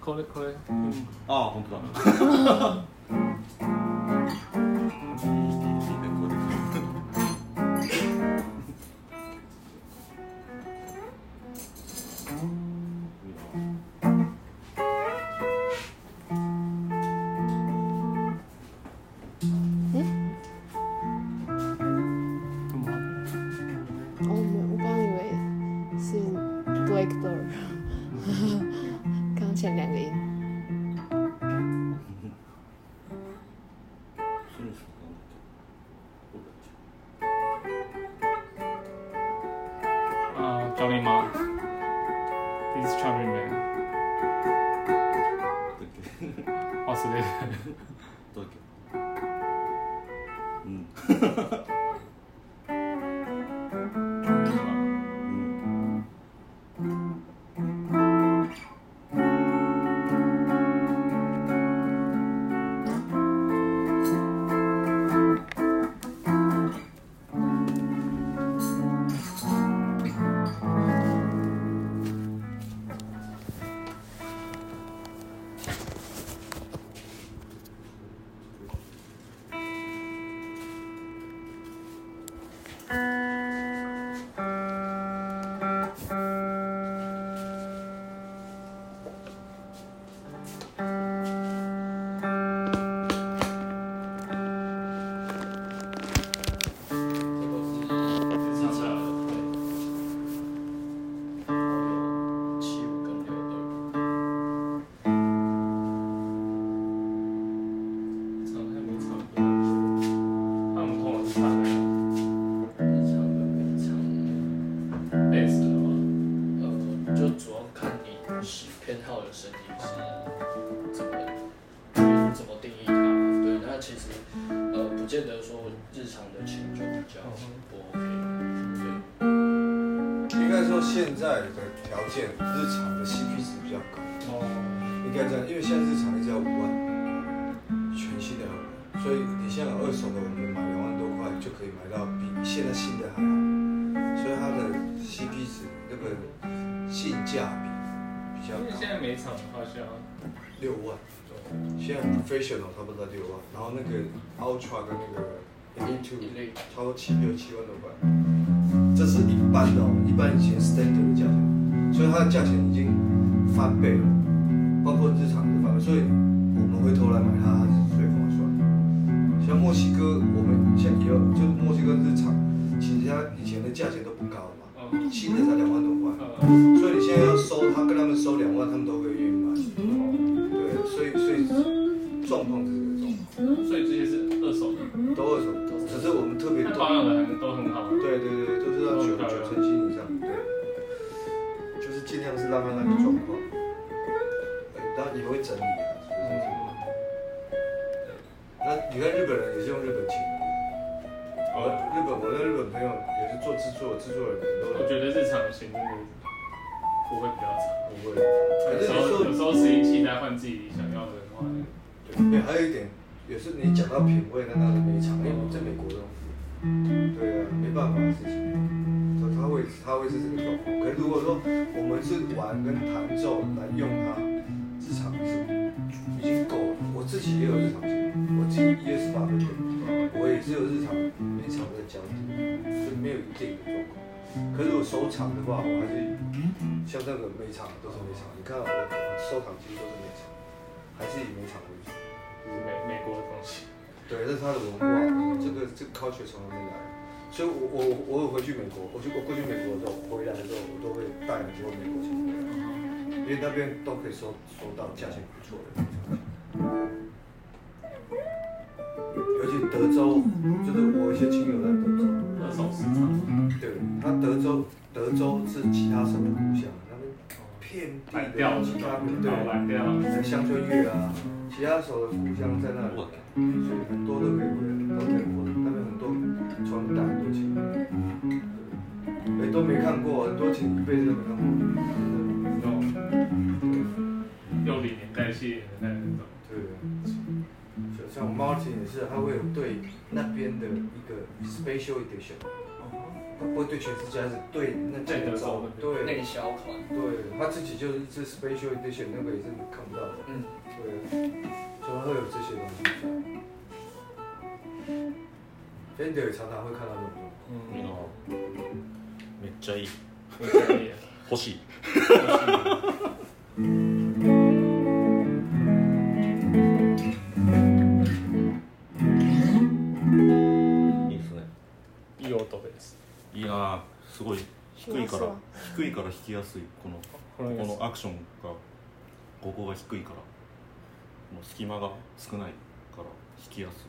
これ、うん、ああ本当だ干嘛？我哦们我刚以为是 Black Door，刚前两个音。そろそろなんだっけどうだ啊っけ，Johnny Ma。He's charming man。どうだっけ忘れる。どうだっけうんうん器物跟流动。唱好像没唱过，他们跟我是差的。嗯没唱过，没唱累死了吗？过。呃，就主要看你喜偏好的声音是怎么怎么定义它。呃对，那其实呃，不见得说日常的琴就比较不 OK。对。应该说现在的条件，日常的 CP 值比较高，哦，应该这样，因为现在日常一直要五万，全新的要五万，所以你现在有二手的，我们买两万多块就可以买到比现在新的还好，所以它的 CP 值那个性价比比较因为现高，在每场好像六万，现在 professional 差不多在六万，然后那个 ultra 跟那个 into 一类超过七六七万多块，这是一般的哦，一般以前 standard 的价钱，所以它的价钱已经翻倍了，包括日常的翻倍，所以我们回头来买它，它是最划算的。像墨西哥，我们现在也有，就是墨西哥日常，其实它以前的价钱都不高嘛，嗯新的才两万多块，呃所以你现在要收它，跟他们收两万，他们都会愿意买。对，所以所以状况就是这种，所以这些是二手的，都二手，只是我们特别但多。保养的还都很好。对对对，都是要九九成新以上，对，就是尽量是让它那个状况，对，当然也会整理啊，是不是？那你看日本人也是用日本琴，我哦日本我的日本朋友也是做制作，制作人都我觉得日常型那个不会比较差。不会，反有时正候有有时时候候适应期待换自己想要的话，对，还有一点，也是你讲到品味，那当然没场，因为在美国的，对啊，没办法的事情。就他会他会是这个状况。可是如果说我们是玩跟弹奏来用它，日常是已经够了。我自己也有日常性，我自己一二十八分钟，我也是有日常每场的交点，就没有一定的状况。可是我收藏的话，我还是像那个每场都是每场，你看我我收藏其实都是每场，还是以每场为主。就是美美国的东西。对，这是他的文化，这个这个 culture 从那边来的。所以我，我我我有回去美国，我去我过去美国的时候，回来的时候，我都会带很多美国琴回来，因为那边都可以收收到价钱不错的。尤其德州，就是我有一些亲友在德州，二手市场，对，他德州德州是吉他手的故乡，那边遍地蓝调的的吉他，对，对，蓝调。乡村乐啊，吉他手的故乡在那里。所以很多都可以回来，都可以回来，那边很多传带很多钱，哎、都没看过，很多钱一辈子都没看过。那种六零年代、七零年代那种，对，就像 Martin 也是，他会有对那边的一个 special edition，他不会对全世界，是对那对边德州对内销款， 뭐, 对，他自己就是一只 special edition，那个也是你看不到的。嗯， 네. Fender 常常会看到这种东西。いいなめっちゃいいめっちゃいいやん欲しいいいですねいい音ですいいなすごい低いから低いから弾きやすいこのこれこのアクションがここが低いからもう隙間が少ないから弾きやす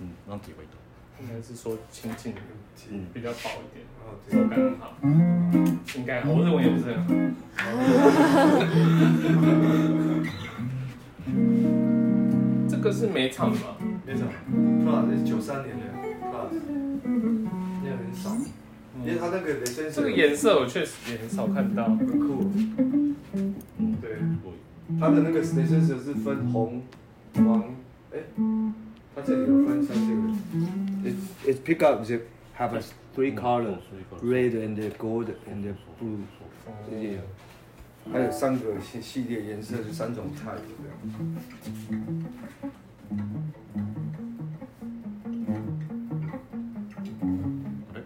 い、うん、なんて言えばいいんだ应该是说轻轻的， 음. 嗯比较薄一点，啊，对手，感很好， 应该我认为也不是很好。这个是没唱吧？没什么。Plus 是九三年的 Plus，那个很少，因为它那个雷声嗯这个颜色我确实也很少看到。很酷，うん对，すごい它的那个雷声蛇是分红、黄，哎，它这里有分三这个。It it pick up the have a three color, そういうから red and the gold and the blue，这些有。还有三个系系列颜色是三种 type 这样。あれ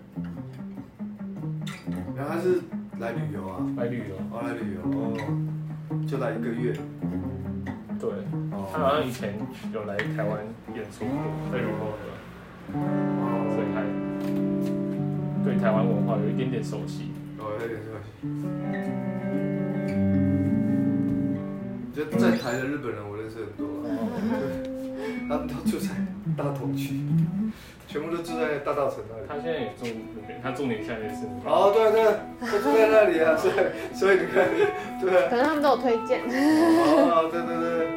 然后他是来旅游啊，来旅游，哦来旅游哦，就来一个月对，哦他好像以前有来台湾演出过，在柔柔的，所以哦，还对台湾文化有一点点熟悉。哦有点关系。就在台的日本人我认识很多、啊，他们都住在大同区，全部都住在大稻城那里。他现在也住那边，他重点下面是哦，对对，他住在那里啊，所以所以你看，对啊，反正他们都有推荐。哦对对对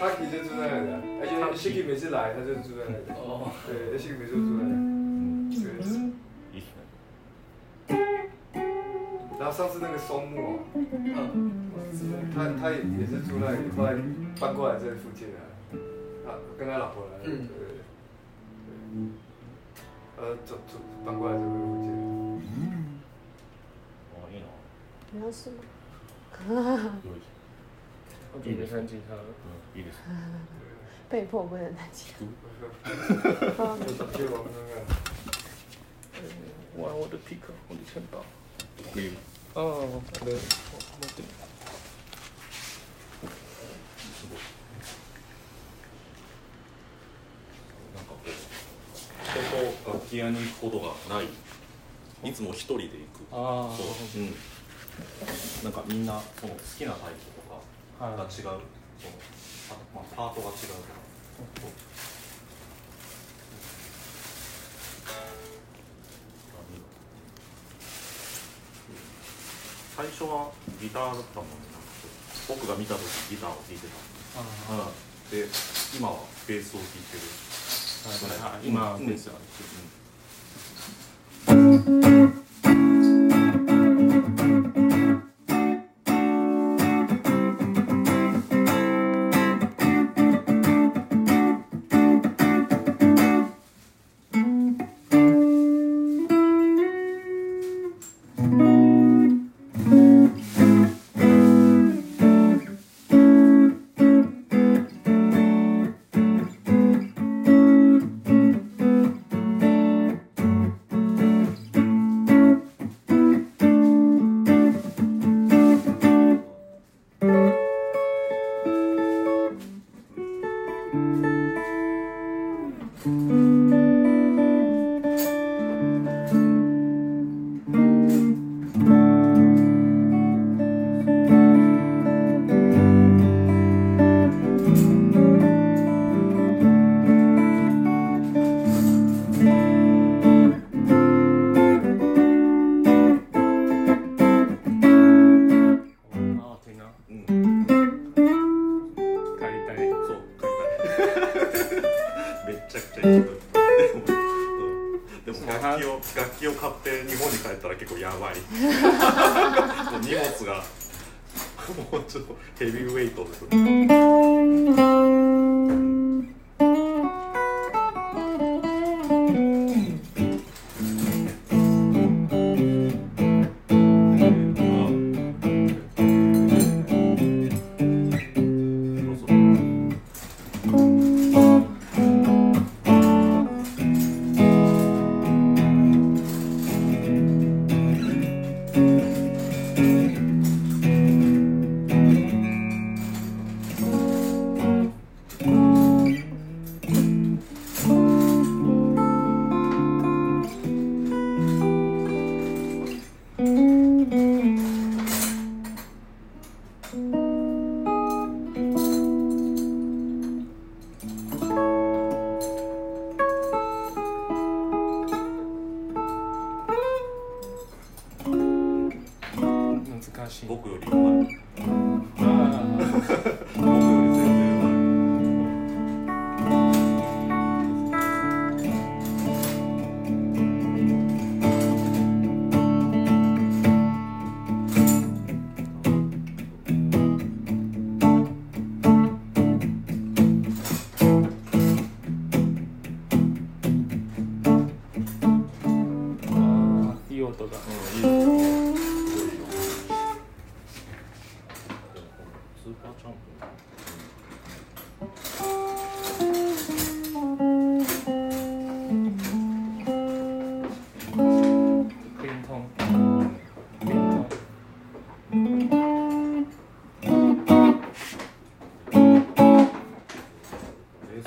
，Taki 就住在那里、啊，而且 Shiki 每次来他就住在那里，哦，对，Shiki 每次住在那うん里，对。いいっすね然后上次那个松木、啊，嗯，他他也也是住那里，后来搬过来这附近啊，他跟他老婆来，对对嗯对，呃，走走搬过来这边附近，あいいな你要是吗？良い我准备弹吉他了。うんいいですね被迫不能弹吉他。对，就我们那哇，我的 pick，我的钱包。こういう哦，我的，なんかこう人と楽器屋に行くことがないいつも一人で行く啊そう、うん、なんかみんなその好きなタイプとかはいが違うそのパ,、まあ、パートが違うとかそう最初はギターだったのに僕が見た時ギターを弾いてた、うん、で今はベースを弾いてる啊，一毛うん变少。好好听啊，うん咖喱蛋。そう、買いたい。めっちゃくちゃいい。でも楽器を楽器を買って日本に帰ったら結構やばい。もう荷物がもうちょっとヘビーウェイトです。そうそう个，哦啊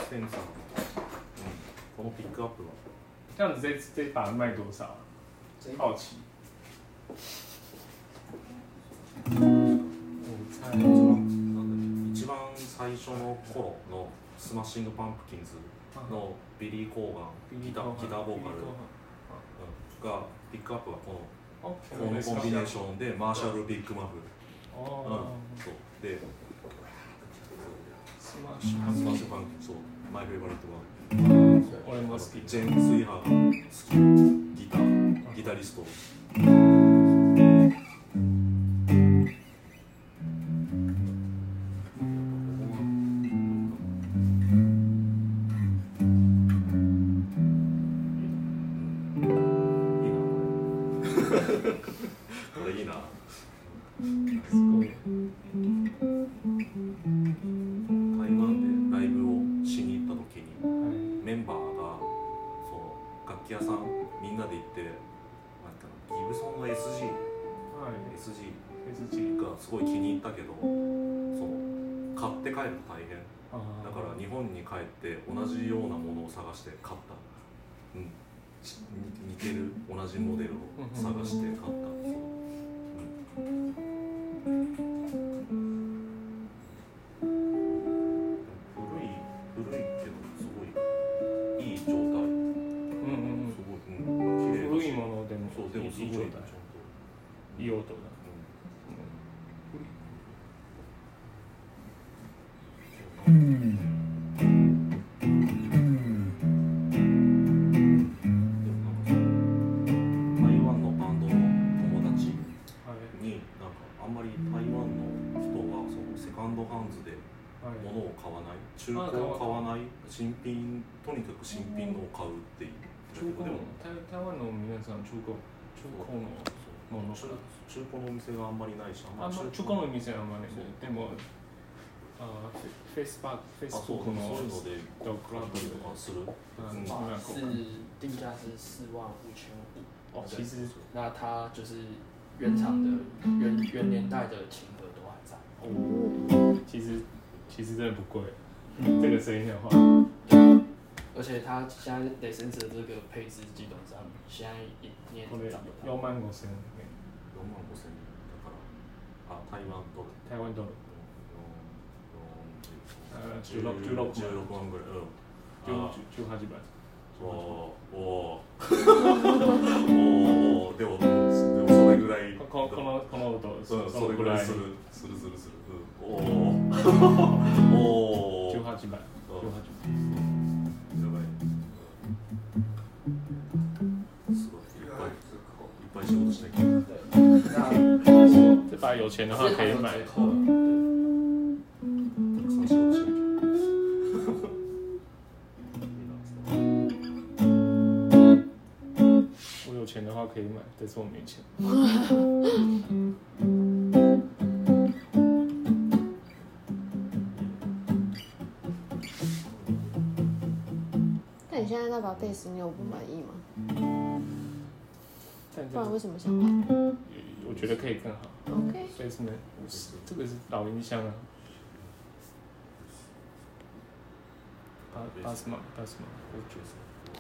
现场，このピックアップは这样子这这一把卖多少啊？这一好奇。我猜就なんだ一番最初の頃のスマッシングパンプキンズのビリー・コーガンギターギターボーカル、うんがピックアップはこの哦，このコンビネーションでマーシャル・ビッグ・マフ、うん哦，そうで是吗？是スマッシュパンそうマイ・フェイバリットは我も好き。ジェームス・イハーが好きギターギタリストいいなこれいいな すごい。台湾でライブをしに行った時にはいメンバーがそう楽器屋さんみんなで行ってなんかギブソンの SGSG はい。自己。がすごい気に入ったけどそう買って帰るの大変ああだから日本に帰って同じようなものを探して買った、うん、ち似似てる同じモデルを探して買った、そううん、古い古いけどすごいいい状態うんうすごい、うん、綺麗だしんうん。古いものでもそう、でもすごい、いち状ゃんと態。いい音だ。うん。でもなんか台湾のバンドの友達はいに、なんかあんまり台湾の人は、そのセカンドハンズではい。物を買わない、中古を買わない、新品、とにかく新品のを買うって言って中る古けど、のでも、台台湾の皆さん中古中古のもう中そう中古のお店があんまりないし、あんま中古の店はあんまりねでもあフェフェイスパーフェイあスそブうックのそういうのでドッグクラランンプドでリとかする。嗯嗯那是定价是四万五千五，哦其实那它就是原厂的原原年代的琴盒都还在。嗯其实其实真的不贵，这个声音的话，而且它现在 l i c e n s 的这个配置基本上现在一年これ涨不4到，万5千円四万五千円だから、あ台湾ドル。台湾ドルあ十16万十六万ぐらい。うん。あ18万そうおおおおでもでもそれぐらい。こここのこの音うんそそのれくらぐらいいする18するするする。うんおおおお。やば万18い。万 うんすごいいっぱいいっぱい仕事したい。对，那这把有钱的话这可还以有买折，扣，对。たくさん仕事したい。我有钱的话可以买，但是我没钱。但你现在那把贝斯，你有不满意吗？但不这然为个什么想买我觉得可以更好。嗯？OK，贝斯门，这个是老音箱啊。巴巴斯曼，巴斯曼，我觉得。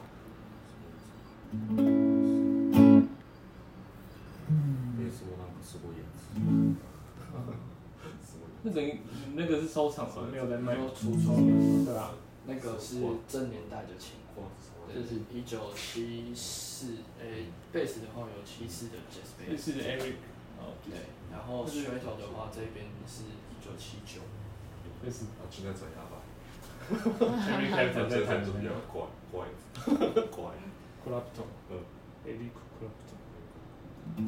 ベースもなんかすごいやつ。すごい。那等于那个是收藏吗？没有在卖然。后橱窗对啊，那个是正年代的琴况，就是一九七四，诶，贝斯的话有七四的 jazz 这 bass，是 Eric，对，然后 s t r a t o 的话这边是一九七九，这是あっちのやつはやばい。 Eric あ Clapton っちの在やつは弹ち的ょっとやばい。怖い。怖い。怖い。 Clapton，Eric うん。 Clapton。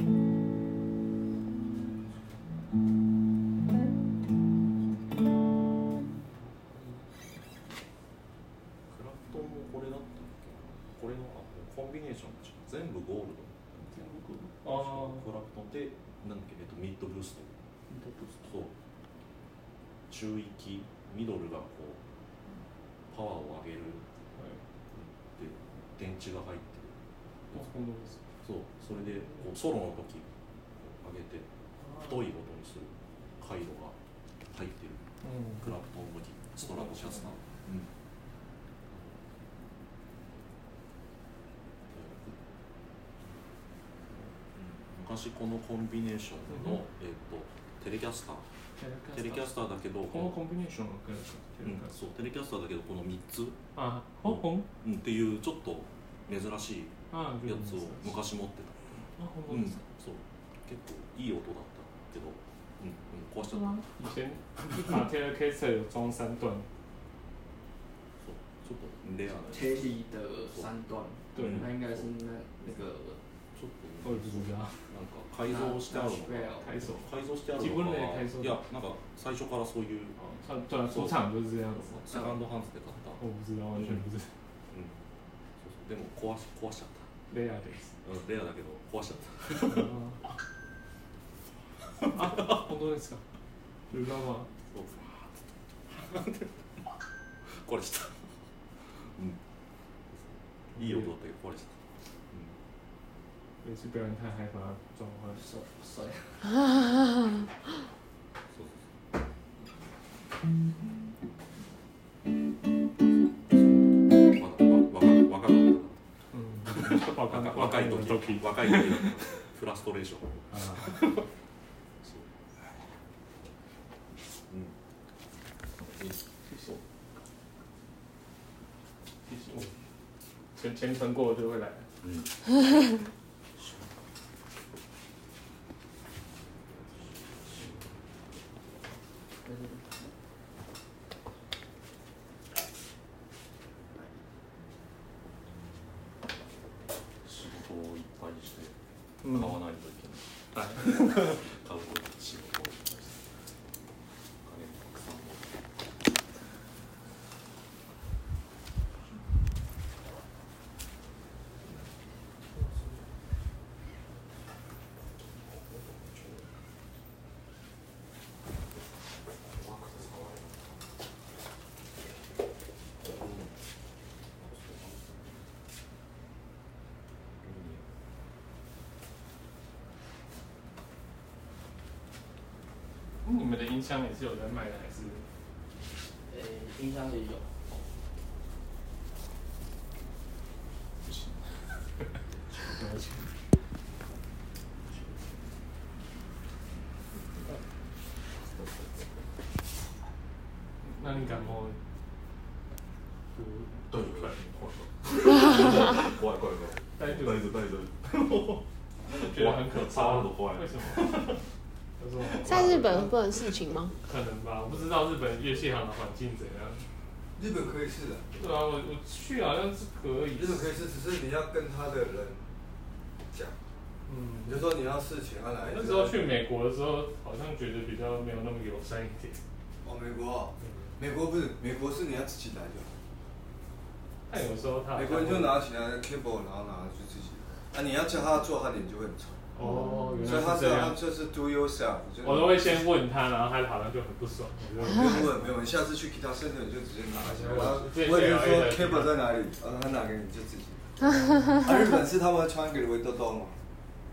クラフトンもこれだったっけこれのあコンビネーションが違う全部ゴールド全部ゴールドあークラフトンでなんだっけ、えっと、ミッドブーストそう中域ミドルがこうパワーを上げるで電池が入ってるそうそれでこうソロの時上げて太い音にする回路が入ってる嗯，クラフトン向きストラトシャスター、うん、昔このコンビネーションの、えっとテレキャスターテレキャスターだけどこのコンビネーションが来るうんそうテレキャスターだけどこの3つ、あ、ほほんうん、っていうちょっと珍しいあ、やつを昔持ってあ、た、ほうんん、そう結構いい音だったけど、うんうん、壊しちゃ是った吗？以前马天的 K 色有装三段，そうちょっとレアなやつちょっ Terry 的三段，对，嗯那应该是那那个我と也不知道，なんか改造してあるのか开 Nashville 手。改造してあるの自分かで改造いやなんか最初からそういう算对啊，出厂就是这样子。セカンドハンズで買った、我不知道，完全不知道。うん、そうそうでも壊し壊しちゃったレアです。うん、レアだけど壊しちゃったあ、本当ですか。ルガマ。そう壊れちゃったうんいい音だったけど壊れちゃった、每次表演太嗨，把它撞坏。手手うん、そううん。そうそう若若若わかんなかった若い時時。若い時だったフラストレーションあそううんいいそうー全全程过就会来。うん仕事をいっぱいにして買嗯わ哦ないといけはい。ない、買う仕事をいっぱいしてお金もたくさん持って你们的音箱也是有人买的还是？诶，哎冰箱里有，那你感冒？大丈夫かい怖い怖い怖い大丈大夫？丈夫大丈夫我觉得很可触怕る。の怖い 为什么？有什么好在日本有不能事情吗？可能吧，我不知道日本乐器行的环境怎样。日本可以试的，对啊，我我去好像是可以。日本可以试，只是你要跟他的人讲，你嗯，就说你要事情要来。那时候去美国的时候，好像觉得比较没有那么友善一点。哦，美国哦，美国不是美国是你要自己来的，但有时候他好像美国人就拿起来 cable，然后拿去自己，啊，你要叫他做，他脸就会很臭。哦，原所以他来是这是他样。就是 do yourself，就是我都会先问他，然后他好像就很不爽。 我就不用问，不用问，下次去 Kita Center 你就直接拿一下。我我要直接我也就 LA 的说 cable 在哪里，然后他拿给你就自己。啊，日本是他们会穿给你围兜兜嘛，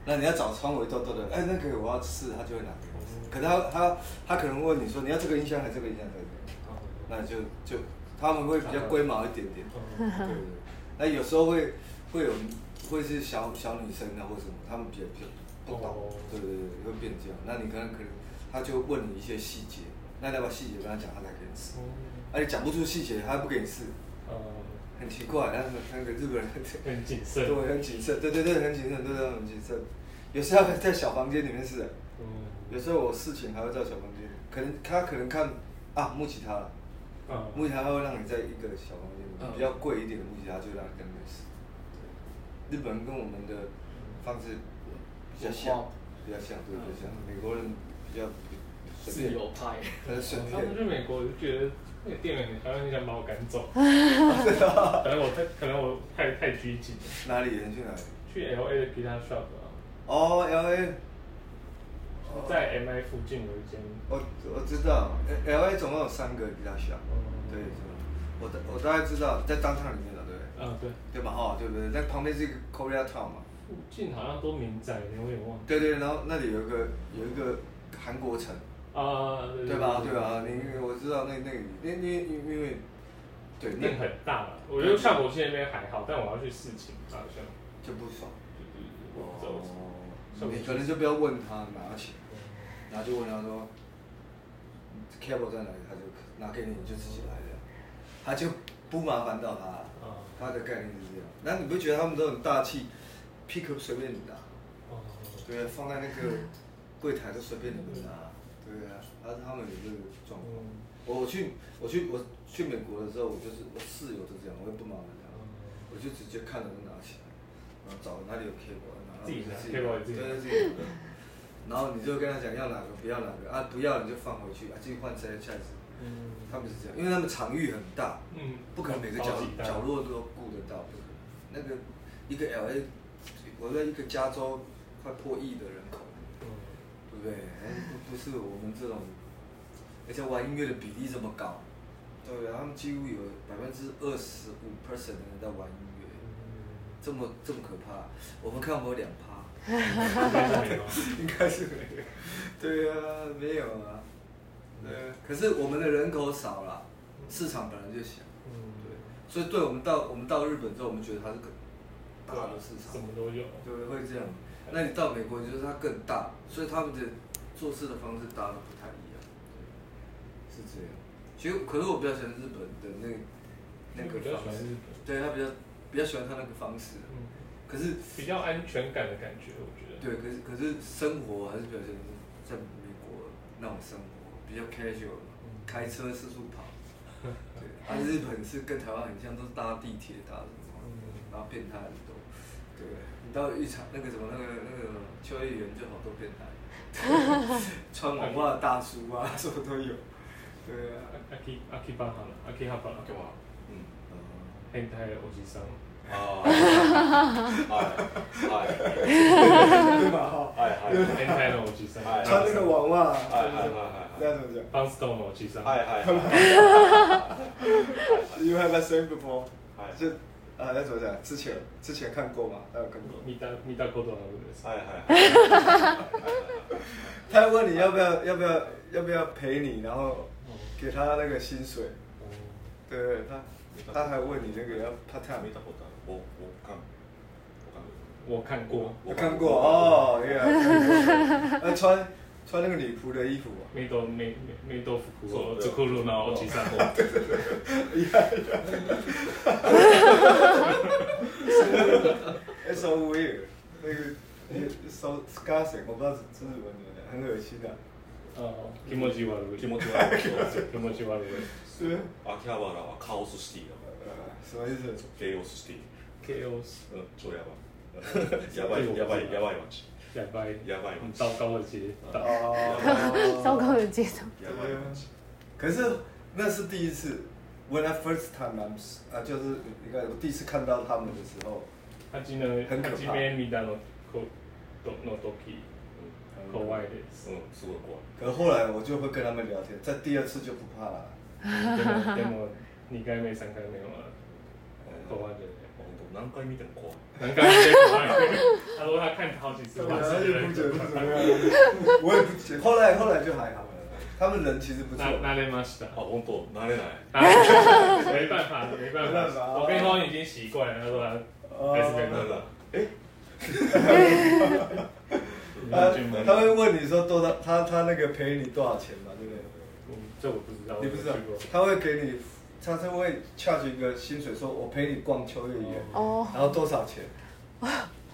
那你要找穿围兜兜的，哎，那个我要试，他就会拿给你。可他他他可能问你说你要这个音箱还是这个音箱这个音箱，哦那你就就他们会比较龟毛一点点。嗯对对对，那有时候会会有会是小小女生啊或什么，他们比较比较不懂哦，对对对，会变这样。那你可能可能他就问你一些细节，那你要把细节跟他讲，他才给你试。而哎且讲不出细节，他还不给你试，呃，很奇怪。那个那个日本人，很谨慎对，。很谨慎，对对对，很谨慎，对对很谨慎。有时候还在小房间里面试的，嗯，有时候我事情还会在小房间，可能他可能看啊木吉他了。啊，木吉他会让你在一个小房间里面嗯，比较贵一点的木吉他就让你跟没事。日本人跟我们的方式比较像文化，比较像，对，嗯比较像。美国人比较随自便，由派，很随上次去便。美国，我就觉得那个店员好像很想把我赶 走。可能我太可能我太太拘谨了。哪里人去哪里？去 L A 的 guitar shop 啊，哦，L A，哦在 M I 附近有一间。我我知道，L A 总共有三个比较小，嗯啊对，是吧我大我大概知道，在当趟里面的，对不对？啊，对，对吧？哦，对不对？在旁边是一个 Korea Town 嘛，附近好像都民宅，我有点忘了。对对，然后那里有一个有一个韩国城。啊，对吧？对吧？你我知道那那那那因因为对那店很大了，我觉得像我现在那边还好，但我要去事情好像就不爽。就是我走。是不哦你是可能就不要问他拿钱，然后就问他说，cable 在哪里，他就拿给你，你就自己来了，他就不麻烦到他了。啊，他的概念是这样。那你不觉得他们都很大气？pick 随便你拿，哦对啊，放在那个柜台都随便你们拿，对啊，他他们有这个状况。嗯我我去我去我去美国的时候，我就是我室友都这样，我也不麻烦他，我就直接看着就拿起来，然后找哪里有 cable，然后自己拿己 cable 自己拿对自己拿。然后你就跟他讲要哪个，不要哪个啊，不要你就放回去啊，继续换下下一次。嗯他们是这样，因为他们场域很大，嗯，不可能每个角超级大角落都顾得到，不可能。那个一个 L A，我在一个加州快破亿的人口，嗯对不对？哎不不是我们这种，而且玩音乐的比例这么高，对不对？他们几乎有百分之二十五 percent 的人在玩音乐，这么这么可怕。我们看我们有两趴，应该是没有 应该是没有。对啊，没有啊。对啊，可是我们的人口少了，市场本来就小。嗯，，对所以对我们到我们到日本之后，我们觉得它是更对啊大的市场什，么都有，对，会这样。那你到美国，你就是它更大，所以他们的做事的方式大家都不太一样，对，是这样。其实，可是我比较喜欢日本的那那我个比较喜方欢式日，对他比较比较喜欢他那个方式。嗯，可是，比较安全感的感觉，我觉得。对，可是可是生活还是比较喜欢在美国那种生活，比较 casual，开车四处跑。对，啊，日本是跟台湾很像，都是搭地铁搭什么。嗯然后变态很多。对，你到浴场那个什么那个那个秋叶原就好多变态，穿网袜的大叔啊， 什么都有。对啊，阿基阿基巴哈了，阿基哈巴了，今日は嗯，呃変態おじさん。あーはい对吧？哈，はいはいはいはい変態のおじさん。はい穿那个网袜，はいはいはい那怎么讲パンストーンのおじさん。はいはいはいはい？You have a same before，はい就啊，那怎么讲？之前之前看过吗？大家有看过？見た見たことあるんです。はいはいはい他问你要不要要不要要不要陪你，然后给他那个薪水，对不对？他他还问你那个要 part 見 time，たことあるおおかん我看过，我看过哦，原来看过。那穿穿那个女仆的衣服啊，メイドメイメイド服そうを作るのおじさん。 那 so weird，那个 so disgusting，我不知道是是日文的，很恶心的、あー気持ち悪い。気持ち悪い気持ち悪い。是，秋葉原はカオスシティだ呃，什么意思？ケイオスシティケオス。うん超やばいやばいやばいやばい街やばい。やばい街糟糕的街道。哦糟糕的街道。やばい街可是那是第一次，When I first time I'm s- 啊，就是你看我第一次看到他们的时候，初め変化初め見たのことの時怖いです。うんすごい怖い可是后来我就会跟他们聊天，在第二次就不怕了。でもでも二回目三回目は怖いで。本当何回見ても怖い何回目怖い。あの他看好几次我晚上的人。得怎么样，我也不觉得。后来后来就还好了，他们人其实不错。な慣れました。あ本当慣れない啊，没办法，没办没办法法，啊我跟他已经习惯了，他说他还呃是没なん办だ法。他你进门呃他会问你说多少，他他那个赔你多少钱嘛，对不对？嗯，这我不知道，你不知道我没去过，他会给你，他是会 charge 一个薪水，说我陪你逛秋叶原，哦，然后多少钱？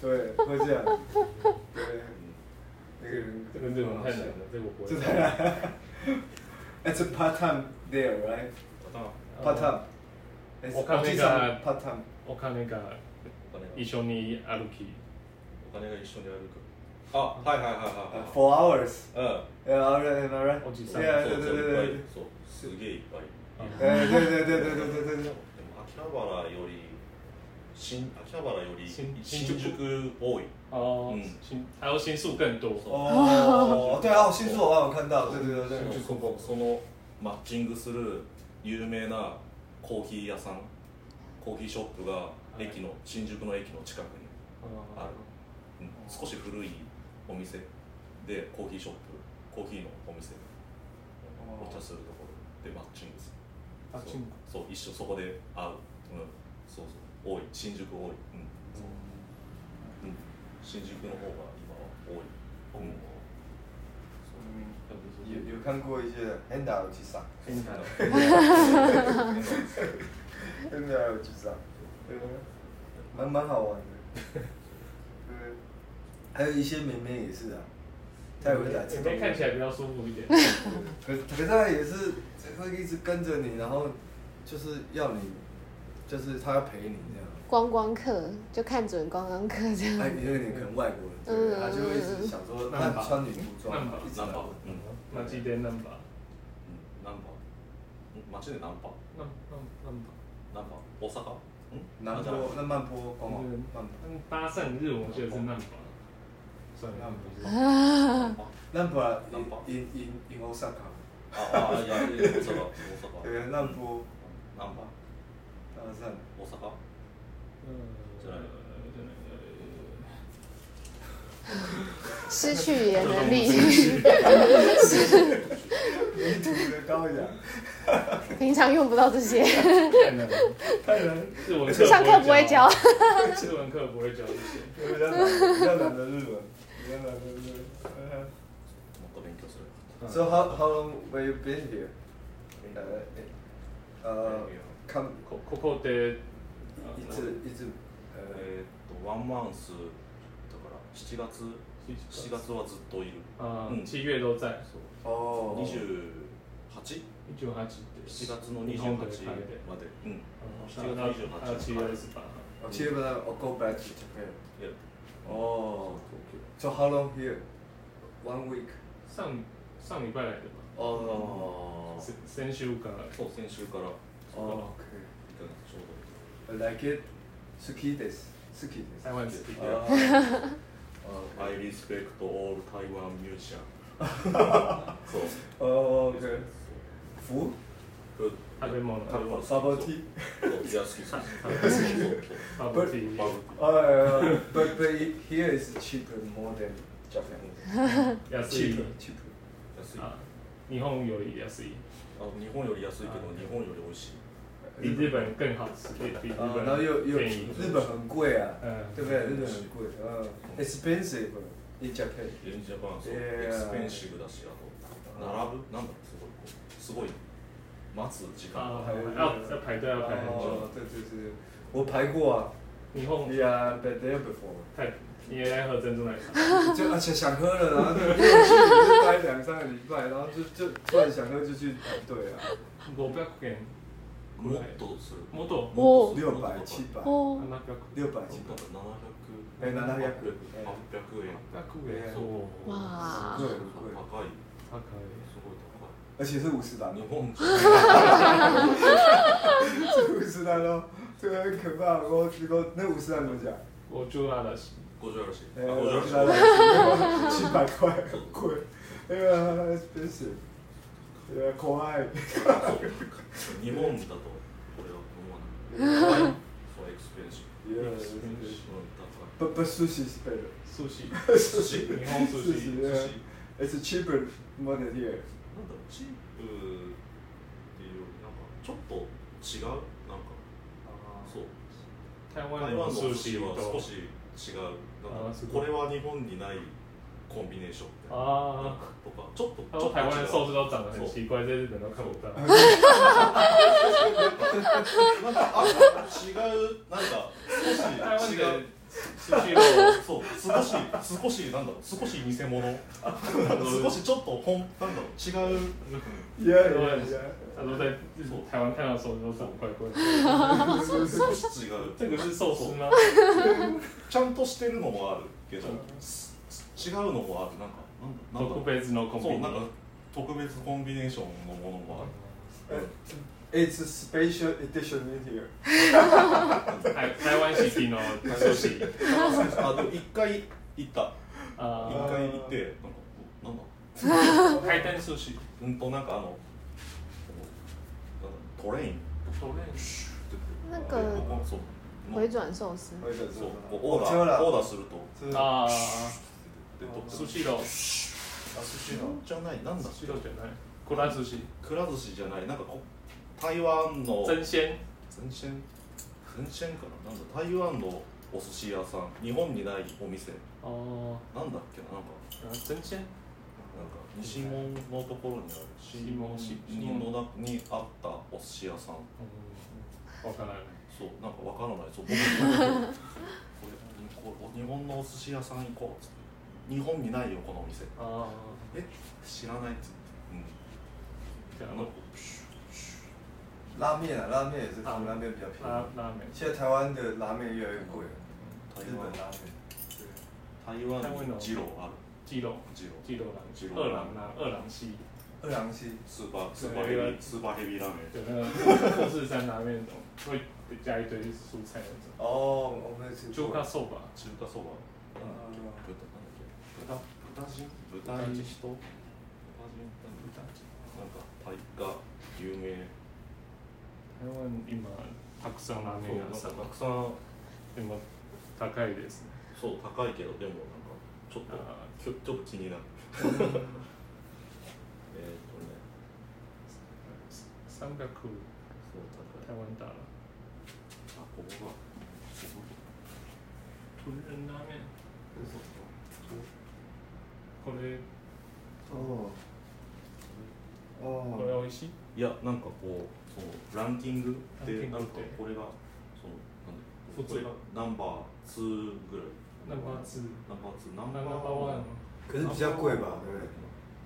对，会这样。对，那个人这个这种太难了，这个我不会。这太难了。It's a part time there, right? 啊 Part time. Uh, 我看那个 part time. お金がお金が一緒に歩き、お金が一緒に歩くあはいはいはいはいはい Uh, Four hours. うん呃，alright, alright. おじさん Yeah，そう对そう对对いっぱい对。そうすげえいっぱい哎，对对对对对对对で 对も。秋葉原より新秋葉原より新新宿多い哦嗯，新还有新宿更多，哦，对啊，新宿我好像看到，对对对对新。宿もそのマッチングする有名なコーヒー屋さんコーヒーショップが駅の新宿の駅の近くにある、うん、少し古いお店でコーヒーショップコーヒーのお店お茶するところでマッチングすあるあ新そうそう一緒そこで会う、うん、そうそう多い新宿多い、うんうん、新宿の方が今は多い多い。嗯，嗯有有看过一些 handle 去上听起来，handle 去上，对啊，蛮蛮好玩的。对，还有一些妹妹也是啊，她也会打电你动看起来比较舒服一点。可可是他也是会一直跟着你，然后就是要你，就是他要陪你这观光客就看准观光客这样。他 样。有点可能外国人，对他就会一直想说，那你穿女服装那么，一直来问。嗯那几点能吧？うんナンバー町でナンパ那那那吧。ナンパ大阪ん南あじゃあ波，那曼波逛逛，曼波，嗯搭讪日文我记得是难吧？算那了，不ナンパ南波啊，in in in in Osaka，ああいやい や大阪大阪对，南波，啊ナンバ大阪，大阪嗯，对失去语言能力， 民族的 高雅，平常用不到这 些，太难了，太难了。日文课上课不会 教，。日文课不会教这些。比较难，比较难的日文，比较难的日も文。っと勉強する So how how long were you been here? Uh, uh, come こここでいついつええーっとワンマンスだから7月7月はずっといる啊嗯七月都在，ー、おー 28? 一九八七7月の28までうん7还月有28七月二十八。 I'll see you when I I'll go back to Japan. いや Oh. So how long here? One week. 上上礼拜来的吧？ Oh. 先先週から。そう先週から Oh, okay. 一ヶ月ちょう I like it. Suki des. Suki des. 台湾人。どいや Oh. I respect all Taiwan musician そう oh, okay. Food? 食べ物。食 Bubble tea? いや好き好きあ不是バブ Oh, yeah, yeah. but, but here is cheaper more than Japan. 安い Ah, Cheaper,。cheaper. 安いあ、あ日本より安い。日本より安いけど日本より美味しい比日本更好吃，比比日啊，然后又本又便宜。日本很贵啊，嗯对不对？日本很贵，嗯，expensive uh, in Japan。 in Japan そう、エ Yeah. クスペンシブだしあと Oh, 並ぶなんだろうすごいこうすごい待つ時間啊が还有，要要排队要排很久。哦，对对对，我排过啊以后，Yeah, but there before，太，你也来喝珍珠奶茶？就而且想喝了，然后就就待两三个礼拜，然后就就突然想喝就去排队啊，五百円。もっとするもっともっとする六百、七百，哦，七百六百七七百700百，え700 800円百円。そう。哇そう贵很贵，高い高い。すご而且是五十单い高い哦，日本じ是五十单哦，这个很可怕，我我那五十单怎么讲？我就那了， 50あるしあ哎50我あるし知道了，七百块很贵，哎那个 expensive，呃，可爱。そう日本だと俺は思わないそうエクスペンシ Yeah, ブだ but but sushi is better. 寿司。から寿司日本寿 寿司。司寿司 It's 哎 cheaper more than here. なんだろうチープっていうよりなんかちょっと違うなんかそう台湾台湾のの寿寿司司はと少。し違うなんあーかすごこいれは日本にないコンビネーションみたいななんあかとかちょっとあ。他说ちょっと台湾的寿司都違う长得很奇怪，在日本都看不到。なんかあ違うなんか台少湾しで違う寿司をそう少し少しなんだろう少し偽物少しちょっと本なんだろう違う Yeah, yeah, yeah. 他说在台湾看到寿司都长得怪怪的。少し違う这个是寿司吗？ちゃんとしてるのもあるけど、す違うのもある、なんか、なんだ、特なんだ、別のコンビそう、ニなんか、特別コンビネーションのものも It's a special edition in here. 台台湾式の寿司。ある。あ、でも一回行った、一あ回行って、なんか、なんだ、あ。回転寿司。うんと、なんか、あの、こうなんだトレインって那言って、个ここそう、回转寿司，我也想そう说，こうオーダー、オーダーすると、是啊，ああ。で、どっち寿司の寿司のじゃない、なんだ寿、司のじゃない。コラ寿司。くら寿司じゃない、なんかこ、台湾の。真鮮。前線前線かななんだ台湾のお寿司屋さん日本にないお店哦，なんだっけななんか啊，真仙なんか西門のところにある西門市西門の中にあったお寿司屋さん嗯，わからない。そうなんかわからないそう僕もこれこれ日本のお寿司屋さん行こうっつって日本にないよこのお店あえ知らないっつってうんーじゃあああののプシュプシュ拉面啊，拉面也是，拉面比较便拉宜。拉美，现在台湾的拉面越来越贵了，台日湾本拉面。台湾台湾にのジローある鸡肉ジロー鸡肉鸡郎，肉二郎啦，二郎系二郎系スーパースーパーヘビースーパーヘビーラーメン有那个富士山拉面那种，会加一堆蔬菜那哦，我没有种，吃就过。它瘦吧。中華そば啊豚なんだっけ豚豚人豚人豚人豚人なんかタイが有名台湾今たくさんラーメン屋そさうんなんかたくでも高さんいですね。そう高いけどでもなんかちょっとあちょちょっと気 になるえーっとね三百そう高台い湾打了，あここが豚人拉面，这是什么これ哦こ哦，れ美味しい。いやなんかこうそうランキングでランキンなグんってかこれがそうなんだ普通これナンバー2ぐらい那么是ナンバー2ナ那ンバー那八ワン万。可是比较贵吧，对不对？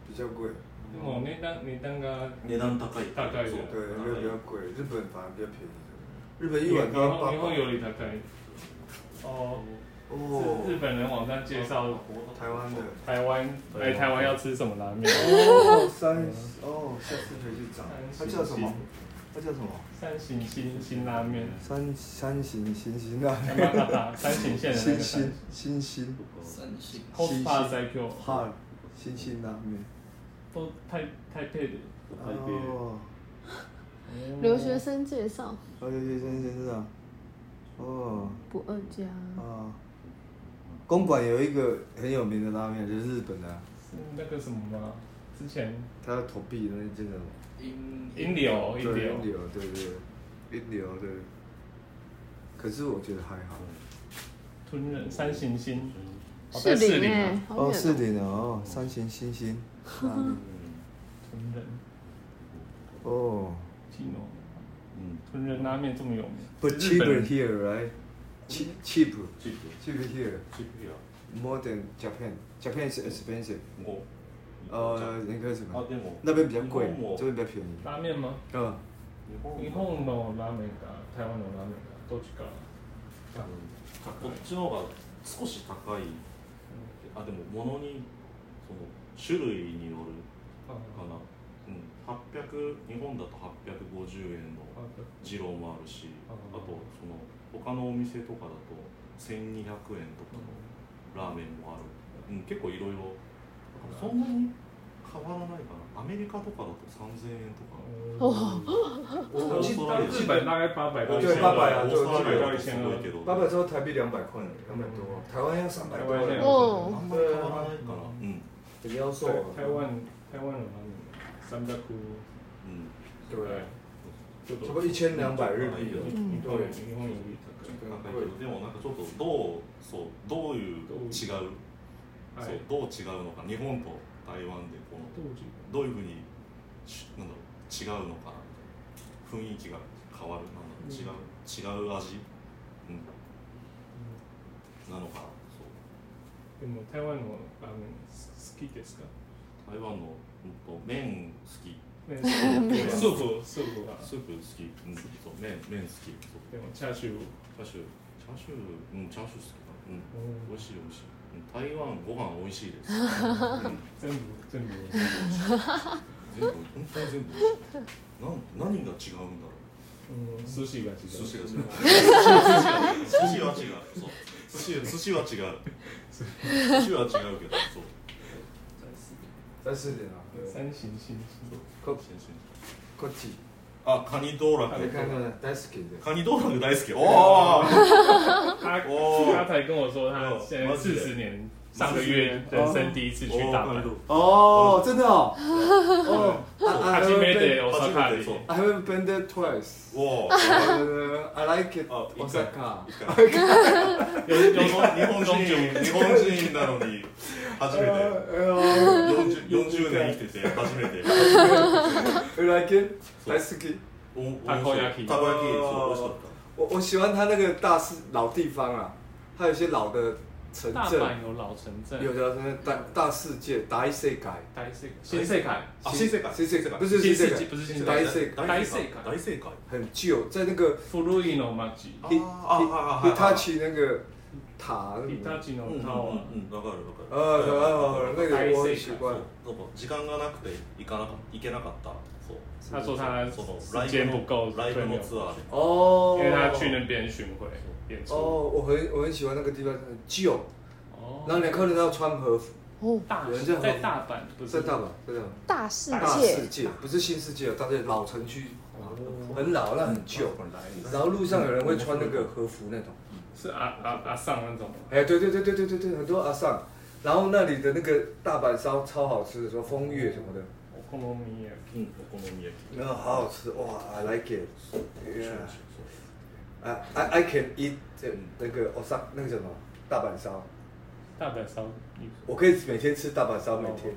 比较贵，でも値段値段が値段高い高いよそう对，高日本い比较贵，日本反而比较便宜。日本一碗日都要八本日本百。より高い。哦，是日哦，本人网站介绍台湾的。哎台湾来台湾要吃什么拉面，哦，三十哦，下次可以去找。它三叫什么星？它叫什么？三星新新拉面，三三型行行的，三形线的那星个三星。星星三星 Cost Plus 最強。哈星星拉面。都台台北的。哦，留学生介绍而且学生先生啊，哦不二家，啊，公馆有一个很有名的拉面，就是日本的啊，是那个什么吗？之前它的投币的那间什么？英英哦流英对，流，流对对，一流对。可是我觉得还好。吞人三行星，嗯哦士在士林林啊哎，好哦，远是哦。的哦，三星星星拉面吞人哦。基诺，うん吞人拉面这么有名， But 日本 cheaper 人 here, right? Cheap, cheap, チップ cheap here, チップや more than Japan. Japan is expensive. もう呃，那个什么あ，でも那边比较贵日本も，这边比较便宜。拉面吗？嗯，日本も日本のラーメンか台湾のラーメンかどっちか。こっちの方が少し高いあでも物にその種類によるあかな、うん、800日本だと850円のあ二郎もあるしあああとその他のお店とかだと1200円とかのラーメンもある、うん、結構いろいろだからそんなに変わらないかなアメリカとかだと3000円とか哦，日到日本大概八百到一对千八百啊二，オースト对ラリア八百だと一す千ごいけ二。ど八百之后台币两百块呢，两百多，台湾要三百多台湾了。要あ哦，んまり変わらないからうん、肯定要瘦啊台湾台湾のラーメン三百五，うん对不 네. 对？ちょっ差不多一千两百日币了。日本より日本より高い。高いけ 네. どでもなんかちょっとどうそうどういう違うはい。そうどう違うのか日本と台湾でこのどう違うどういうふうにしなんだろう違うのかなみたいな雰囲気が変わるなんだろう違う、違う味、うん、なのかなそうでも台湾のラーメン好きですか？台湾の、うん、と麺好きね麺スープスープは。スープ好き、うん、そう麺麺好きそうでもチャーシュー。チャーシューチャーシューうんチャーシュー好きかな、うん、美味しい美味しいうん台湾ご飯美味しいです、うん全部全部。全部本当に全部美味しいなん何が違うんだろううん寿司が違う。寿司が違う。寿司は違う。そう。寿司は寿司は違う。寿司は違うけど、そう。三四点啊，三星星。こ先生こっち。あ、カニ道你看楽。看大好きで。カニ道楽大好き。おお。他おー他才跟我说他哦现在マジ四で十年上个月人生第一次去大阪，哦，真的哦，哦他 어. ，I 去 haven't 没得 been- 我上卡里， I haven't been there twice. わあ Uh, I like it. あ Osaka. 有有日本日本人日本人なのに初めて 네. Uh, 40, 40年生きてて初めて you like it? そう大好き。おおたこ焼きたこ焼きそう美味しかった我我喜欢它那个大市老地方啊，它有些老的城大镇，阪有老城镇，有条城大大世界大世界，大世新世界，あ新世界新世界不是新新世世界界，不是新世界大世界大正解大大正解很旧，在那个フルイノ町，あひあ啊ああひ他奇那个塔，イタチうのんうんうん塔，うんわかるわ呃かる呃，那个我很喜そう欢。なんか時間がなくて行かなか行けなかったそう他说他その时ラ间イ不ブ够，のライ所以ブ没有のツアーで哦因，为他去那边巡回演出。哦，我很我很喜欢那个地方，很旧，哦然后你看得到穿和服，哦，大有人在在大阪不在是大阪，在大阪。大世大世界，界不是新世界，哦大世界老城区，哦很老，那很旧。然后路上有人会穿那个和服那种，是阿阿阿尚那种吗，哎，对对对对对对对，很多阿尚。然后那里的那个大阪烧超好吃的，什么风月什么的，我空空迷眼。うんお好み焼き那个好好吃哇！I like it. そうそう Yeah. I I I can eat 这那个 o s 那个叫什么大阪烧，大阪烧，你我可以每天吃大阪烧，每天。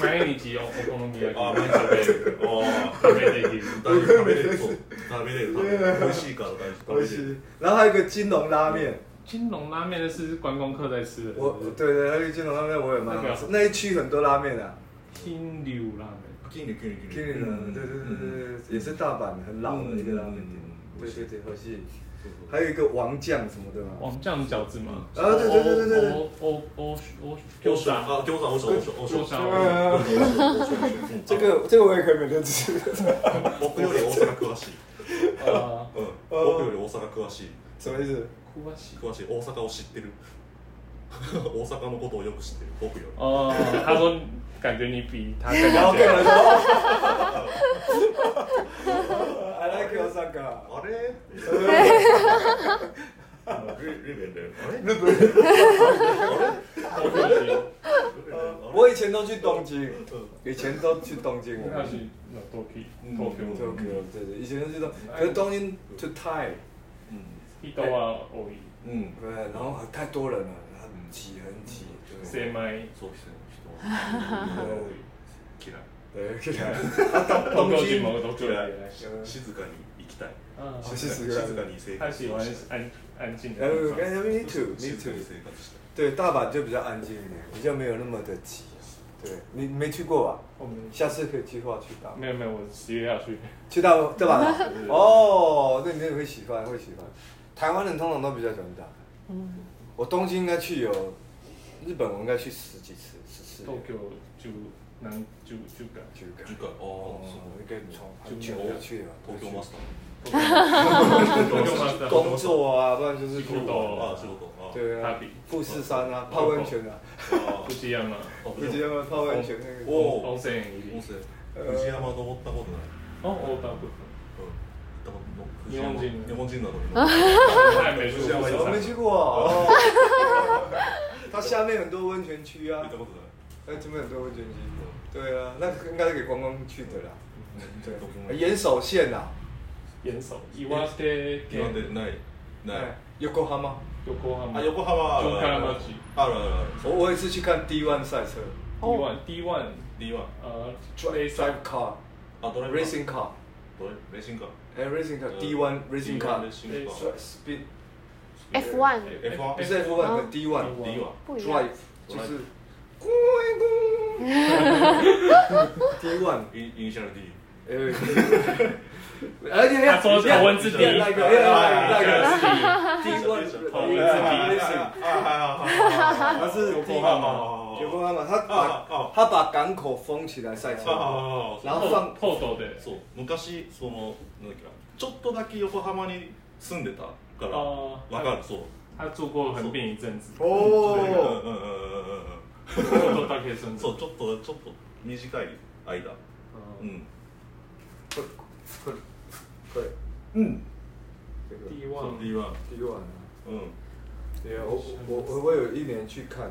毎日お好み焼きあ毎日食べれるあ食べている。大丈夫食べれるそう食べれる食べれる美味しいから大丈夫食べれ我る喜。然后还有一个金龙拉面，金龙拉面是观光客在吃的，是我不是对对，还有一个金龙拉面我也蛮好吃，那一区很多拉面啊。金流拉面，筋肉筋肉筋 k i r 肉对对う对ん对对，也是大阪很老的一个拉面店嗯，对对对，好戏。そうそう还有一个王酱什么的嘛，王酱饺子嘛，啊对对对对对对，欧欧欧欧餃餃子子，あ餃子王将王将王将餃子呃王将王将うん这个这个我也可以每天吃。僕より大阪詳しい啊，うん僕より大阪詳しい什么意思？库巴西，詳しい大阪を知ってる大阪のことをよく知ってる僕より哦，他说感觉你比他更然了后跟解，人说，I like Osaka。あれリベンだよあれ日本，库巴西，我以前都去东京，以前都去东京。库巴西，那多皮，多皮，对对对，以前都去东，可是东京 to Thai，一刀啊，欧一，うんうん对，然后太多人了，很挤很挤。对谁买？そうですね人对嫌い对，这个东京某个都对，静かに行きたい嗯，好静かに静かに生他活し喜た欢い安安静的呃地方。 ，me too，me 静か too に。生活したい对，大阪就比较安静一点，比较没有那么的挤。对你你没去过吧？我们下次可以计划去大阪，没有没有，我十月要去。去大阪大阪啊哦，那你也会喜欢，会喜欢。台湾人通常都比较喜欢大阪。嗯，我东京应该去有，日本我应该去十几次，十次。東京就南就就感去过次回ああ哦，そう应该从很久没有去了。東京マスター東京マスター工作啊，不然就是去仕事玩。ああ仕事ああ对啊旅，富士山啊，泡温泉啊，あ富士山ああ你知道吗？泡温泉那个。呃お温お泉温入り泉藤山登ったことない哦我大部分うん行ったこと日本人日本人なのに太美术富士我没去山过 哦。它下面很多温泉区行啊った，こと那这边很多温泉区。对啊，那应该是给观光去的啦。ない对，岩手县呐，岩手岩手日本県でないない哎，有过吗？横浜あ横浜あるあるあるあるある我我也是去看 D1 赛车 D1 D1 D1 呃，drive drive car あドライブ racing car，ドライブレーシングカー哎，racing car D1 D1 レ racing car ーシングカ drive speed F one F1 不是 F1 的 D1 ー D1 不一 drive 样，就 Drive 是。D1 イイニシャル D 哎，而且要他说头文字 D 要那个要那个那个那 D 头 one 文字 D 他是有过第吗啊有过他嘛，他啊把啊他把港口封起来赛车，然后放后头的そう昔そのなんだっけなちょっとだけ横浜に住んでたからわ哦かるそう他住过横滨一阵子哦，うんうんうんうんうん后头大学生そうちょっとちょっと短い間うん对对うん这个 D1 D1 D one 啊，うん对啊，我我我我有一年去看，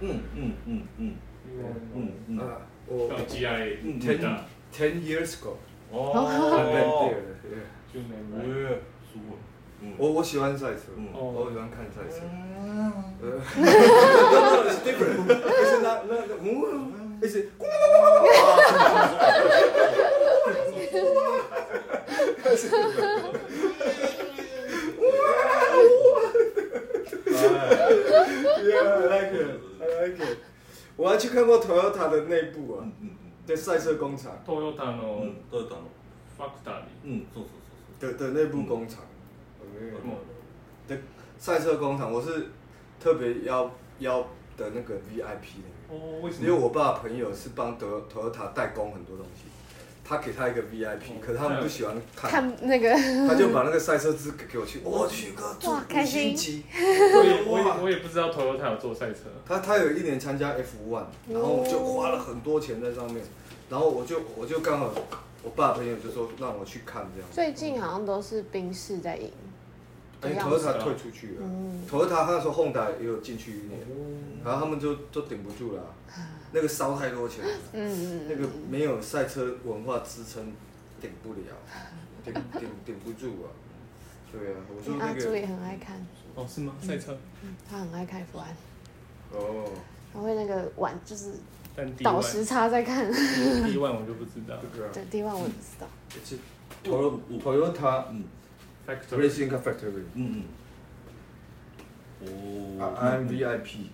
嗯嗯嗯嗯嗯嗯啊，我到 GIA，嗯天哪， ten years ago 哦 I went there. yeah. 就没え买。ーすごいうん我我喜欢赛车，嗯我喜欢看赛车。呃 It's different. It's not, not, not, mm, it's a- はい Yeah, I like it. I like it. 我还去看过 Toyota 的内部う啊ん，うん在赛车工厂トヨタうんうのんトヨタの Factory，うんそうそう的的内嗯部工厂，哦そうそうも的赛车工厂，我是特别邀邀的那个 VIP 的，哦，为什因为么？我爸朋友是帮德 Toyota 代工很多东西，他给他一个哦 VIP，可是他们不喜欢看，看那个， 他就把那个赛车资格给我去，我去个住哇五开心星 级，我也我也我也不知道 Toyota 有做赛车。他他有一年参加哦 F1，然后就花了很多钱在上面，然后我就我就刚好我爸朋友就说让我去看这样，最近好像都是冰室在赢。因为这样子 Toyota 退出去了嗯，Toyota 他那时候 Honda 也有进去一嗯年，然后他们就就顶不住了啊、那个烧太多钱了，啊嗯那个没有赛车文化支撑顶不了，顶顶顶不住啊，对啊，我说嗯，那阿朱个也很爱看，哦，是吗？赛车，他很爱看 F1，哦，他会那个晚就是但 D 倒 one 时差在看。 D one 我就不知道。这个啊对，第一万我也不知道。是 Toyota そう Toyota うん Factory， Racing Factory。うんうんおお I'm VIP.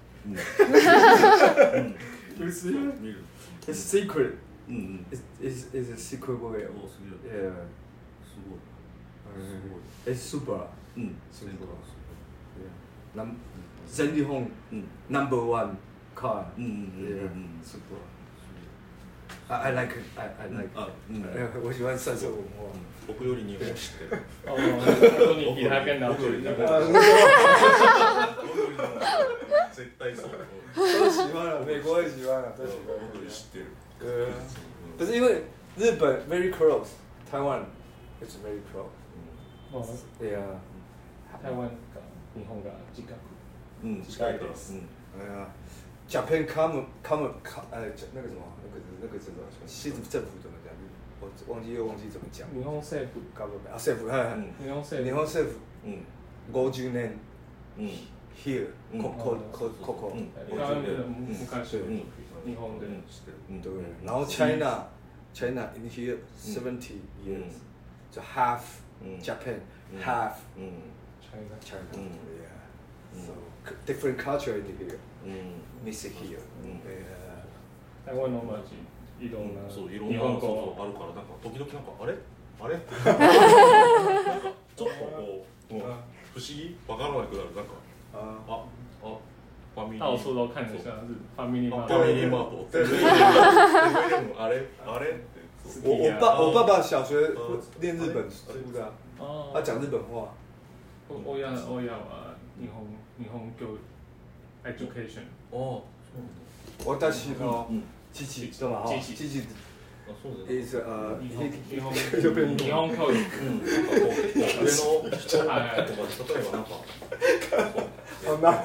不是見る，It's secret. うんうん It's it's it's a secret お way. おすげえ Yeah. すごい It's super. うんすごい Yeah. Num Zen Li Hong うん number one car. うんうんうんうんう Yeah. ん Super. I I like it. I I うん like あ it. 嗯うん哎我喜欢赛车文化。僕より日本知ってる哦，说你比他更了解。啊絶対そう都喜欢了，美国也喜欢了，都喜僕より知ってる欢。呃，不是因为日本 very close，台湾 it's very close。哦，对啊，台湾か日本が時間。うんうん近いですうん哎嗯呀，Japan come come come，呃，那个什么，那个那个怎么说？西政府怎么讲？我忘记又忘记怎么讲。嗯日本政府，搞不懂啊，政府，哎哎日本政日府。本政府嗯うん五十年うん here，嗯うんこここここう，ん台湾的昔の日本で。知ってるうん嗯对。然后 China China in here seventy うん years，就 half うん Japan うん half うん China。 China，嗯 yeah，so different culture in here うん mix here，嗯 yeah。台湾の街、いろんなそう日いろんな本そ語うそうあるからなんか時々なんかあれあれ ってなんかちょっとこう、うん不思議わからなくなるなんか啊，ああファミリー到处都看着像是ファミリーマーあフトァミリーマート全然でもあれあれってそう我我あ爸ー我爸爸小学嗯念日本书的啊，哦他讲日本话，お親親は日本日本教育 education あ我但是哦嗯，机器知道吗？哈，机器嗯机器あそうだよね is 呃，日一本定日本日本教育うんなんかこうこう上の人とか例えばなんか好难。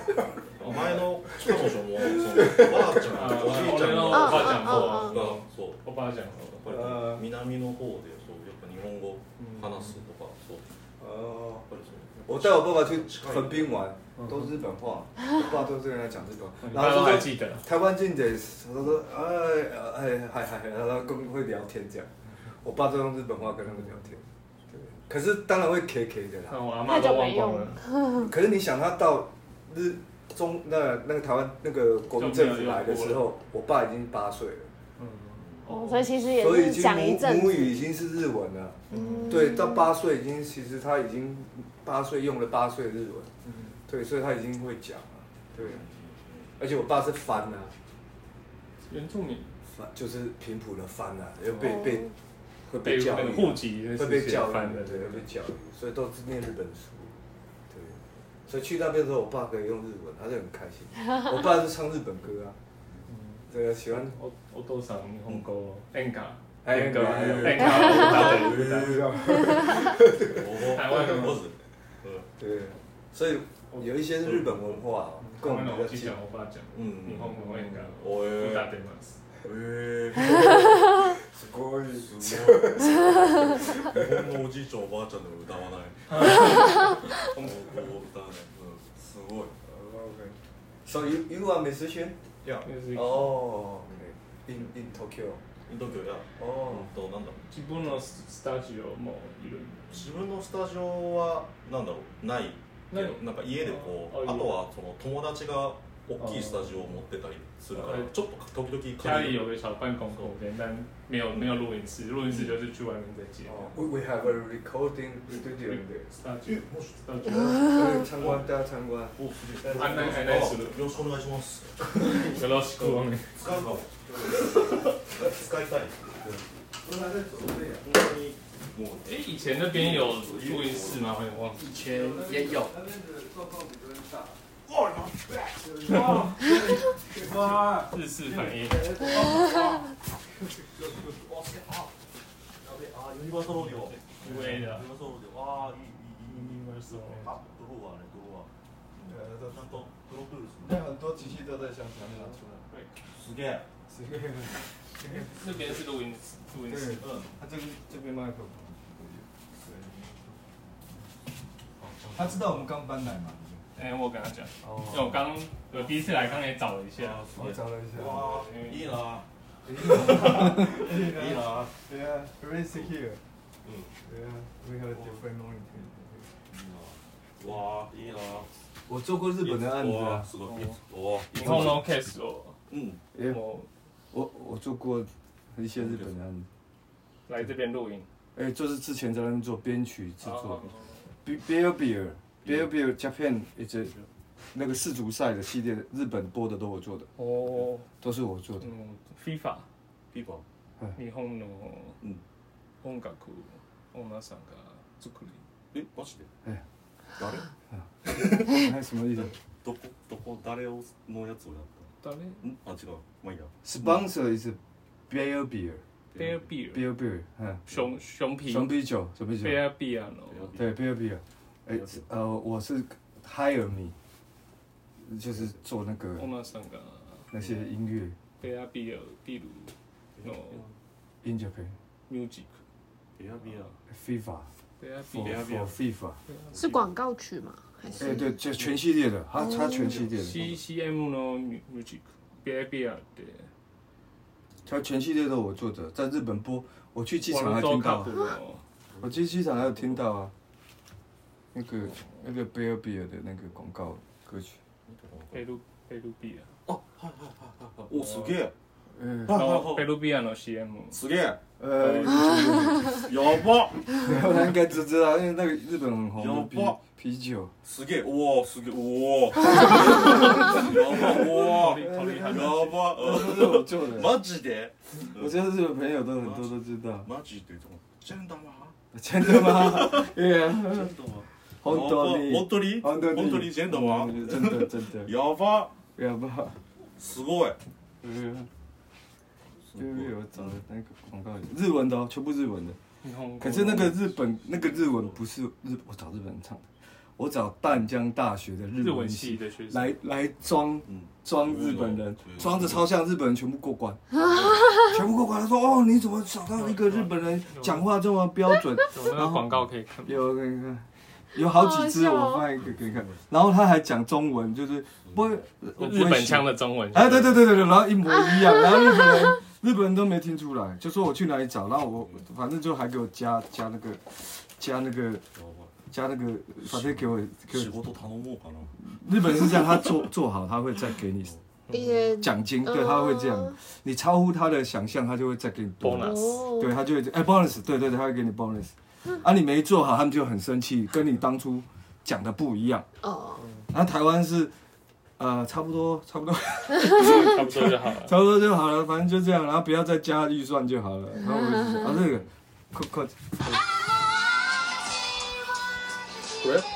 お前の彼女もそのおばあちゃんあおじいちゃん俺ののおがばあちゃんあもそうおばあちゃんもやっぱり南の方でそうやっぱ日本語話すとか、そうや哦っ。ぱりそう我带我爸爸去横滨玩，都是日本话，我爸都是跟他讲日本话，然大家都后还他说记得台湾境界，他说哎哎嗨嗨，然后跟会聊天这样，我爸都用日本话跟他们聊天，对，可是当然会 K K 的啦，那我阿妈都忘光了可是你想他到日中那那个台湾那个国民政府来的时候，我爸已经八岁了，嗯哦，所以其实也所以已是经讲一母阵母语子。已经是日文了，嗯对，到八岁已经其实他已经八岁用了八岁日文。嗯对，所以他已经会讲了。对，而且我爸是番啊，原住民番就是平埔的番啊，又被、哦被会被被教那育个啊，户籍会被教育翻的的，对，会被教育，所以都是念日本书。对，所以去那边的时候，我爸可以用日文，他就很开心。我爸是唱日本歌啊，对啊，喜欢。おお父さん日本語演歌哎演歌哎演歌歌不知道おお台湾のまず、うん啊对，所以有一些是日本文化哦跟我刚们刚比我较去近讲，我爸讲，うん日本語演歌おえ歌っーてます。えすごいーすごい日本のおじいちゃんおばあちゃんでも歌わない高校歌わない、うん、すごい So you you are musician? Yeah. 就是哦、oh,，in in Tokyo。東京や哦、うんとなんだろう自分のスタジオもいる。自分のスタジオはなんだろうないけなどいなんか家でこうあああとはその友達が大きいスタジオを持ってたりするからあちょっと時々家借里り有る个小办公空间，但没有没有录音室，录音室就是去外面再接。哦、w e we have a recording studio there。スタジオ、スタジオ、呃参观，大家参观。おすげえ案内案内するあよろしくお願いしますよろしくお願い。使うかも使いたい本当にもう哎，以前那边有录音室吗？我也忘记。以前也有，日式反应，あユニバーサルオーディオ因为的ユニバーサルオーディオああいいいいいいユニバーサルオーディオあドローはねドローはちゃんとプロトゥールスね很多机器都在香港拿出来，すげえ那边是录音室，录音室。うん他这个这边麦克风。他知道我们刚搬来嘛？哎，我跟他讲，哦因为我刚我第一次来，刚才找了一下，我找了一下。わあいいな对いい啊な对啊，very secure。うん对啊，we have a different monitor。いいなわあいいな我做过日本的案子わあ啊，すごいおお嗯以后 no case 我うん也我我我做过一些日本的案子。来这边录音。哎、就是之前在那边做编曲制作哦， ，Be Beer Beer Beer Beer Japan 一直那个世足赛的系列，日本播的都我做的，哦，都是我做的。嗯，FIFA，ピーポン日本の嗯うん音楽オーナーさんが作り。えマジでえ誰哎，什么意思どこどこ誰をのやつをやっ誰？たんあ違うまあいいや？Sponsor is Beer Beer ベアビール。 Beer Beer，嗯，熊熊皮。熊啤酒，熊啤酒，贝尔比亚诺，对 Beer Beer，哎、 Beer Beer 呃，我是 Hire Me，就是做那我个们三个那些音乐贝尔比亚，比如 No in Japan，FIFA music，ビアビア贝尔比 for 亚 Beer Beer for FIFA，是广告曲吗？还哎、是对，就全系列的，它它全系列的。 C C M の music，贝尔比亚的，它全系列都我做的，在日本播，我去机我场们还都听到看啊、不懂。我去机场还有听到啊，那个那个贝尔比尔的那个广告歌曲，ペルペルビアおすげえ嗯、のペルビアの CM。すげえや呃， ばっ他应该知知道，因为那个日本很红的啤有播啤酒，すげえおおすげえおお やばおおやトリハばう都ん是我 做的。マジで我觉得日本朋友都很多都知道，マジでジェンダマ真的吗？对啊，ジェンダマ红豆泥，本当に红豆泥，本当にジェンダマ嗯真的真的，やば要不好？すごい嗯，就是我找的那个广告，日文的哦，全部日文的。日本語可是那个日本那个日文不是日，我找日本人唱的，我找淡江大学的日日文文系系的学生，来来装うん装日本人嗯，装的超像日本人，全部过关，全部过关。他说：“哦，你怎么找到一个日本人讲话这么标准有那个广告可以看？”。有给你看，有好几只，好好笑哦我放一个给你看。然后他还讲中文，就是不会我不日会本学腔的中文。哎，对对对对对，然后一模一样，然后日本人日本人都没听出来，就说我去哪里找，然后我反正就还给我加加那个加那个やば加那个，反正给我给仕我事頼もうかな日本是这样，他做做好他会再给你一些奖金，对，他会这样，你超乎他的想象，他就会再给你多 Bonus 哦，对，他就会哎 bonus，对对对，他会给你 bonus，啊你没做好，他们就很生气，跟你当初讲的不一样。哦，然后台湾是呃差不多差不多。 差不多就好了。差不多就好了，反正就这样，然后不要再加预算就好了。然后我就啊这个，快快，これ